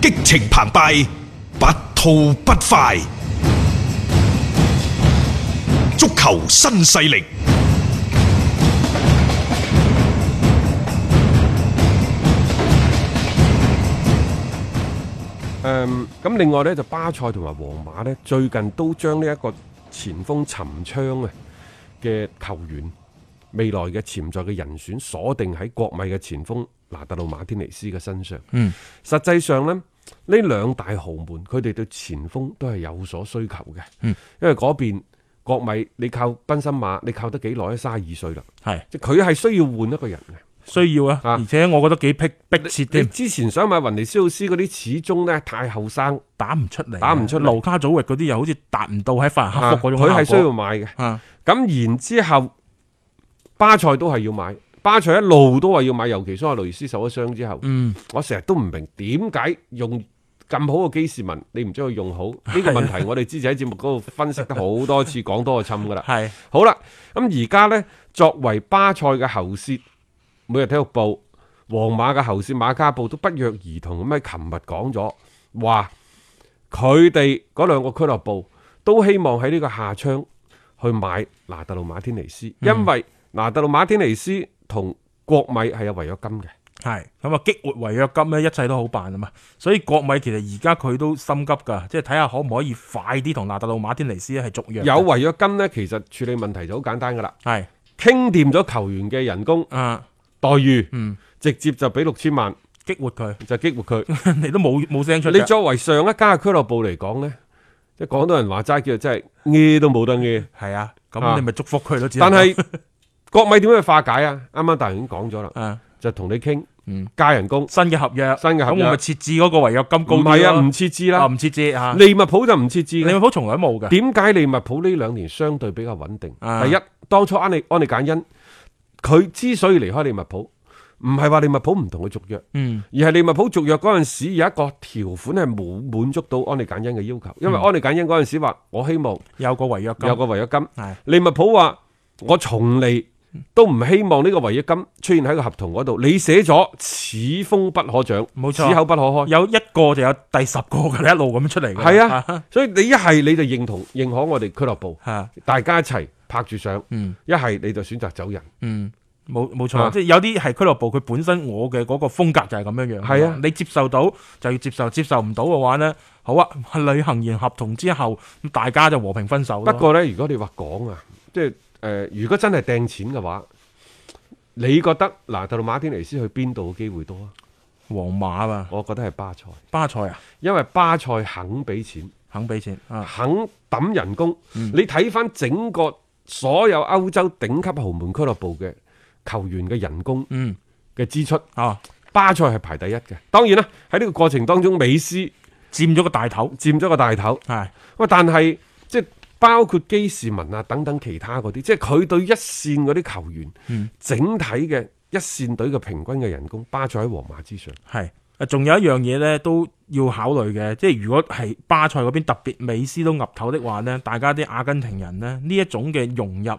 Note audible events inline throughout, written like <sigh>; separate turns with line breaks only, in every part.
激情澎湃，不吐不快。足球新勢力。
誒嗯咁另外呢，就巴塞同埋皇馬呢，最近都將呢一個前鋒沉槍啊嘅球員未來嘅潛在嘅人選鎖定喺國米嘅前鋒拿特魯馬天尼斯嘅身上。
嗯，
實際上呢，呢兩大豪門佢哋對前鋒都係有所需求嘅。
嗯，
因為嗰邊國米你靠賓森馬，你靠得幾耐咧？三十二歲啦，
係
即係佢係需要換一個人嘅。
需要啊，
啊
而且我覺得幾迫迫切
你
添，
之前想買雲尼斯奧斯嗰啲，始終呢太後生。
打唔出嚟，啊
打唔出嚟
盧卡祖域嗰啲又好似達唔到喺法蘭克福嗰種
佢係需
效
要
果
買嘅。
啊，
咁然之後，巴塞都係要買，巴塞一路都話要買，尤其蘇亞雷斯受咗傷之後，
嗯，
我成日都唔明點解用咁好嘅基士文，你唔將佢用好？呢、個問題我哋之前喺節目嗰度分析得好多次，講多個侵噶啦。
係
好啦，咁而家呢，作為巴塞嘅喉舌，每日體育報、皇馬嘅喉舌馬卡報都不約而同咁喺琴日講咗，話佢哋嗰兩個俱樂部都希望喺呢個夏窗去買拿特魯馬天尼斯，因為拿特魯馬天尼斯同國米係有違約金嘅。
係咁啊，激活違約金咧，一切都好辦啊嘛。所以國米其實而家佢都心急㗎，即係睇下可唔可以快啲同納特魯馬天尼斯咧係續約㗎。
有違約金呢，其實處理問題就好簡單噶啦，
係
傾掂咗球員嘅人工
啊，
待遇，
嗯，
直接就俾六千萬
激活佢， <laughs>
就激活佢。
你都冇冇聲出㗎。
你作為上一家嘅俱樂部嚟講呢，即係廣東人話齋叫真係nghe都冇得nghe。
係啊，
啊
咁你咪祝福佢咯。只能
但 <laughs> 係國米點樣去化解啊？啱啱大雄已經講咗啦，
啊，
就同你傾
嗯
加人工，
新嘅合約，
新嘅合約
咁我咪設置嗰個違約金高
唔
啲
係啊，
咯
唔設置
啊
啦
唔。設置啊，
利物浦就唔設置
利
嘅。
物浦從來都冇㗎。
點解利物浦呢兩年相對比較穩定？
啊
第一，當初安利安利簡恩，佢之所以離開利物浦，唔係話利物浦唔同佢續約。
嗯，
<laughs> 而係利物浦續約嗰陣時有一個條款係冇滿足到安利簡恩嘅要求，
嗯
因為安利簡恩嗰陣時話我希望
有個違約金
有個違約金，
係
利物浦話：我從嚟都唔希望呢個違約金出現喺個合同嗰度。你寫咗此風不可長，
冇
此
錯
口不可開。
哦有一個就有第十個㗎啦，一路咁出嚟㗎。
係
<laughs>
啊，所以你一係你就認同認可我哋俱樂部，
嚇。
大家一齊拍住上；
嗯
一係你就選擇走人。
嗯，冇冇
啊
錯，即係有啲係俱樂部佢本身我嘅嗰個風格就係咁樣樣。
係啊
你接受到就要接受，接受唔到嘅話呢，好啊， <laughs> 履行完合同之後，咁大家就和平分手咯。
不過呢，如果你話講啊，即係誒、呃如果真係掟錢嘅話，你覺得嗱，特魯馬天尼斯去邊度嘅機會多啊？
皇馬啊，
我覺得係巴塞，
巴塞啊，
因為巴塞肯俾錢。
肯俾錢啊，
肯抌人工。你睇翻整個所有歐洲頂級豪門俱樂部嘅球員嘅人工
嗯
嘅支出，
啊，
巴塞係排第一嘅。當然啦，喺呢個過程當中，美斯
佔咗個大頭，
佔咗個大頭。
係
喂，但係即係包括基士文啊等等其他嗰啲，即係佢對一線嗰啲球員、整體嘅一線隊嘅平均嘅人工，巴塞喺皇馬之上。
係。啊仲有一樣嘢呢，都要考慮嘅，即係如果係巴塞嗰邊特別美斯都岌頭的話呢，大家啲阿根廷人呢，呢一種嘅融入。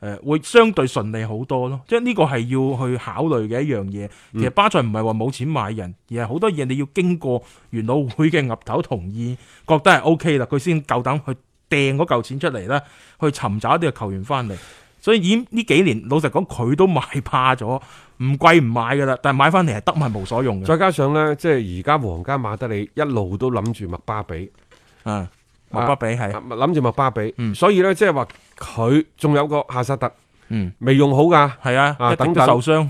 誒會相對順利好多咯，即係呢個係要去考慮嘅一樣嘢。其實巴塞唔係話冇錢買人，而係好多嘢你要經過元老會嘅岌頭同意，覺得係 O K 啦，佢先夠膽去掟嗰嚿錢出嚟啦，去尋找一啲嘅球員翻嚟。所以已呢幾年老實講，佢都賣怕咗，唔貴唔買噶啦，但係買翻嚟係得物無所用嘅。
再加上呢，即係而家皇家馬德里一路都諗住麥巴比。
啊，莫巴比係，
啊諗住麥巴比，
嗯
所以呢，即係話佢仲有個夏薩特
嗯，
未用好㗎，誒、
係啊，
啊
一直
等
都
等
受傷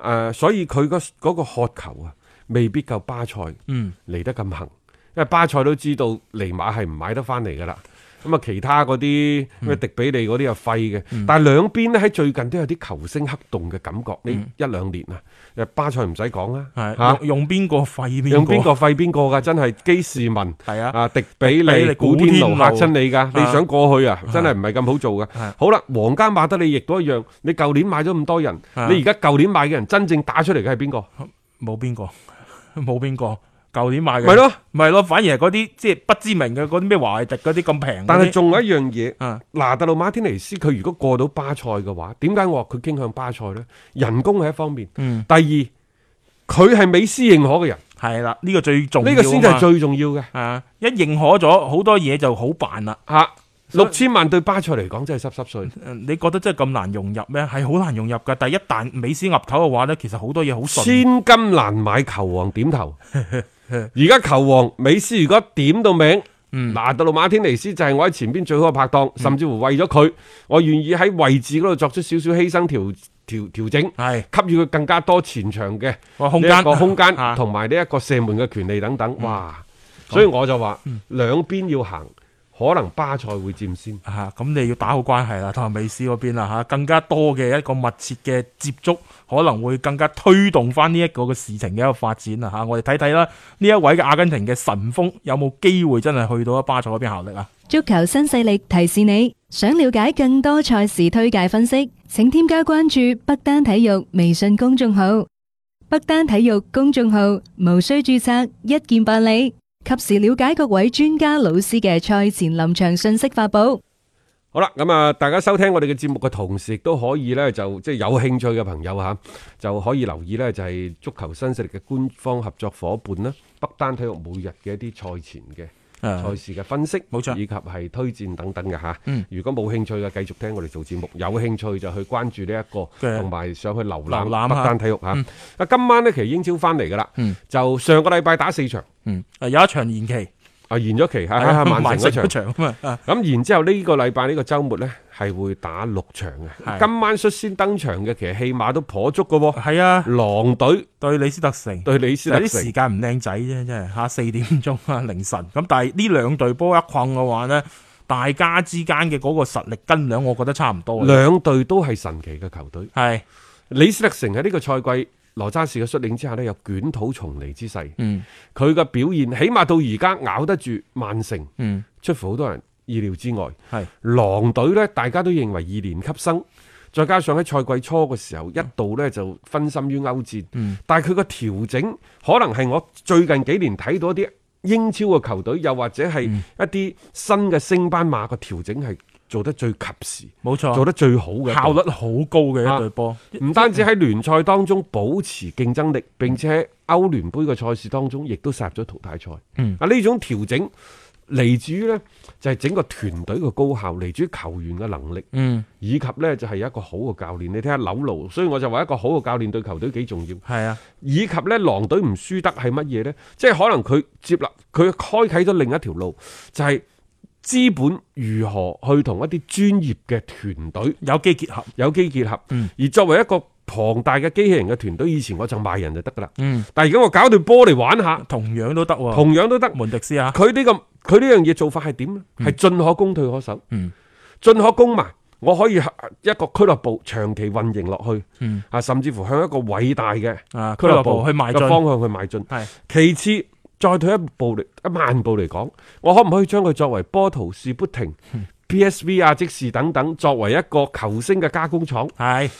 啊，
所以佢嗰嗰個渴求啊，未必夠巴塞
嗯，
嚟得咁行，因為巴塞都知道尼馬係唔買得翻嚟㗎啦。咁啊，其他嗰啲
嗯
咩迪比利嗰啲又廢嘅，但係兩邊咧喺最近都有啲球星黑洞嘅感覺。呢、一兩年啊，誒巴塞唔使講啦，
嗯係
嚇
用用邊個廢邊
啊用邊個廢邊個㗎，真係基士文。
係啊，
啊，迪比
迪比
利、
利
古
古
天
天
奴
奴啊
嚇親你㗎，你想過去啊，真係唔係咁好做㗎
係。
好啦，皇家馬德里亦都一樣，你舊年買咗咁多人，
係
你而家舊年買嘅人真正打出嚟嘅係邊個？
冇邊個， <laughs> 冇邊個，舊年買嘅
咪咯，
咪咯，反而係嗰啲即係不知名嘅嗰啲咩華為迪嗰啲咁平嗰啲，
但係仲有一樣嘢，
啊
拿特魯馬天尼斯佢如果過到巴塞嘅話，點解我話佢傾向巴塞呢？人工係一方面，
嗯
第二佢係美斯認可嘅人，
系啦，呢、個最重要啊
呢
嘛，
個先係最重要嘅
係啊！一認可咗好多嘢就好辦啦。
嚇。
所以
六千萬對巴塞嚟講真係濕濕碎，
誒你覺得真係咁難融入咩？係好難融入㗎。但係一旦美斯岌頭嘅話呢，其實好多嘢好順。
千金難買球王點
<laughs>
頭。而家球王美斯如果點到名，
嗯
拿特魯馬天尼斯就係我喺前邊最好嘅拍檔，甚至乎為咗佢，我願意喺位置嗰度作出少少犧牲調調調整，
係
給予佢更加多前場嘅
個空
呢一
間，
個空間
<laughs> 啊嗯
同埋呢一個射門嘅權利等等，哇！所以我就話兩邊要行，可能巴塞會佔先。
啊，咁你要打好關係啦，同埋美斯嗰邊啦嚇，更加多嘅一個密切嘅接觸，可能會更加推動翻呢一個嘅事情嘅一個發展啦嚇。我哋睇睇啦，呢一位嘅阿根廷嘅神鋒有冇機會真係去到巴塞嗰邊效力啊？
足球新勢力提示你，想了解更多賽事推介分析，請添加關注北單體育微信公眾號。北單體育公眾號無需註冊，一鍵辦理，及時了解各位專家老師嘅賽前臨場信息發布。
好啦，咁啊，大家收聽我哋嘅節目嘅同時，亦都可以呢，就即係有興趣嘅朋友吓，就可以留意呢，就係足球新勢力嘅官方合作伙伴啦，北單體育每日嘅一啲賽前嘅賽
誒
事嘅分析，
啊冇錯
以及係推薦等等嘅吓。
嗯
如果冇興趣嘅，繼續聽我哋做節目；有興趣就去關注呢、一
嘅
個，同埋上去瀏
瀏覽
覽
下
北單體育吓。啊
嗯、
今晚呢，其實英超翻嚟噶啦，
嗯
就上個禮拜打四場，
嗯，誒有一場延期，
啊延咗期，喺
係啊
喺曼城嗰場
嗰。場啊嘛啊
咁然之後呢個禮拜呢個週末呢，係會打六場
係
嘅。今晚率先登場嘅其實戲碼都頗足嘅喎。
係啊，
狼隊
對李斯特城。
對李斯
有
特
啲
城，
時間唔靚仔啫，真係嚇四點鐘啊凌晨咁，但係呢兩隊波一困嘅話呢，大家之間嘅嗰個實力斤兩，我覺得差唔多嘅。
兩隊都係神奇嘅球隊。
係，
李斯特城喺呢個賽季羅渣士嘅率領之下呢，有捲土重嚟之勢。
嗯
佢嘅表現起碼到而家咬得住曼城，
嗯，
出乎好多人意料之外。
係
狼隊呢，大家都認為二年級生，再加上喺賽季初嘅時候一度呢就分心於歐戰，
嗯
但係佢個調整可能係我最近幾年睇到一啲英超嘅球隊，又或者係
嗯
一啲新嘅升班馬嘅調整係做得最及時、
冇錯，
做得最好嘅一隊
哦效率好高嘅一隊波，
唔單止喺聯賽當中保持競爭力，並且喺歐聯杯嘅賽事當中，亦都殺入咗淘汰賽。
嗯
啊呢種調整嚟自於呢，就係、整個團隊嘅高效，嚟自於球員嘅能力，
嗯，
以及呢就係、一個好嘅教練。你睇下紐奴，所以我就話一個好嘅教練對球隊幾重要。
係啊，
以及呢狼隊唔輸得係乜嘢呢？即係可能佢接納佢開啟咗另一條路，就係、資本如何去同一啲專業嘅團隊
有機結合，
有機結合。
嗯
而作為一個龐大嘅機器人嘅團隊，以前我就賣人就得噶啦。
嗯，
但係而家我搞對波嚟玩下，
同樣都得喎，
同樣都得。
門迪斯啊，
佢呢、個佢呢樣嘢做法係點呢？係進可攻退可守，
嗯
進可攻埋，我可以一個俱樂部長期運營落去，
嗯
啊，甚至乎向一個偉大嘅
啊，
俱
俱
樂
樂
部
部去邁
嘅
進，
方向去邁進。
係
其次，再退一步嚟一萬步嚟講，我可唔可以將佢作為波圖士、不停、PSV
嗯
啊、即士等等，作為一個球星嘅加工廠？
係，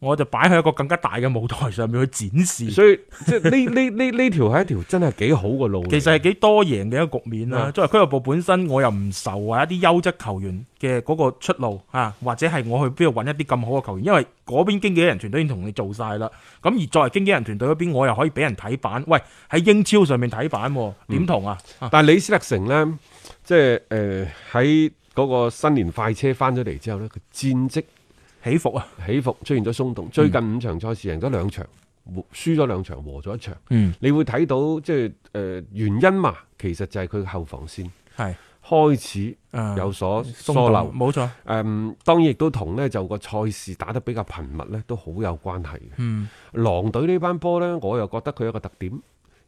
我就擺喺一個更加大嘅舞台上面去展示。
所以即係呢呢呢呢條係一條真係幾好嘅路嚟。
其實係幾多贏嘅一個局面啦。
嗯
作為俱樂部本身，我又唔愁話一啲優質球員嘅嗰個出路啊，或者係我去邊度揾一啲咁好嘅球員，因為嗰邊經紀人團隊已經同你做晒啦。咁而作為經紀人團隊嗰邊，我又可以俾人睇板。喂，喺英超上面睇板喎，點同啊？
但係李斯特城呢，即係誒喺嗰個新年快車翻咗嚟之後呢，佢戰績
起伏啊！
起伏出現咗鬆
嗯
動。最近五場賽事贏咗兩場，和輸咗兩場，和咗一場。
嗯，
你會睇到即係誒、呃原因嘛，其實就係佢後防線
係
開始
誒
有所疏
啊鬆動
漏。
冇錯。
誒、嗯當然亦都同呢就個賽事打得比較頻密呢，都好有關係嘅。
嗯，
狼隊呢班波呢，我又覺得佢有一個特點，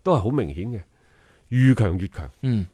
都係好明
<laughs>
顯嘅，越強越強。
嗯，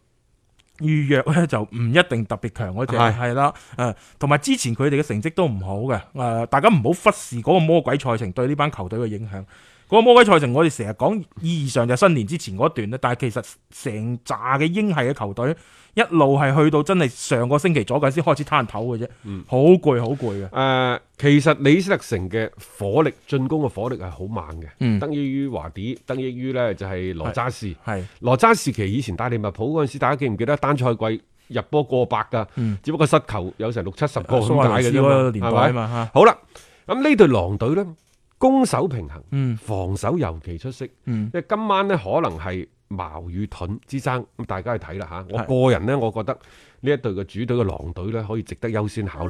預約咧就唔一定特別強嗰只
係
係啦，誒，同埋之前佢哋嘅成績都唔好嘅，誒、大家唔好忽視嗰個魔鬼賽程對呢班球隊嘅影響。嗰個魔鬼賽程，我哋成日講意義上就係新年之前嗰一段咧，但係其實成扎嘅英系嘅球隊一路係去到真係上個星期左近先開始攤頭嘅啫，
嗯
好攰好攰嘅
誒、，呃其實李斯特城嘅火力進攻嘅火力係好猛嘅，
嗯
得益於華迪，得益於呢就係羅渣士。
係
羅渣士其實以前帶利物浦嗰陣時，大家記唔記得單賽季入波過百㗎？
嗯
只不過失球有成六七十個
蘇
咁
亞
解
雷
嘅
斯
啫
嗰
嘛
個，年代啊
係咪？
嘛嚇，
好啦，咁呢隊狼隊呢，攻守平衡，
嗯
防守尤其出色。
嗯
即係今晚呢，可能係矛與盾之爭，咁大家去睇啦嚇。我
係
個人呢，我覺得呢一隊嘅主隊嘅狼隊呢，可以值得優先考慮。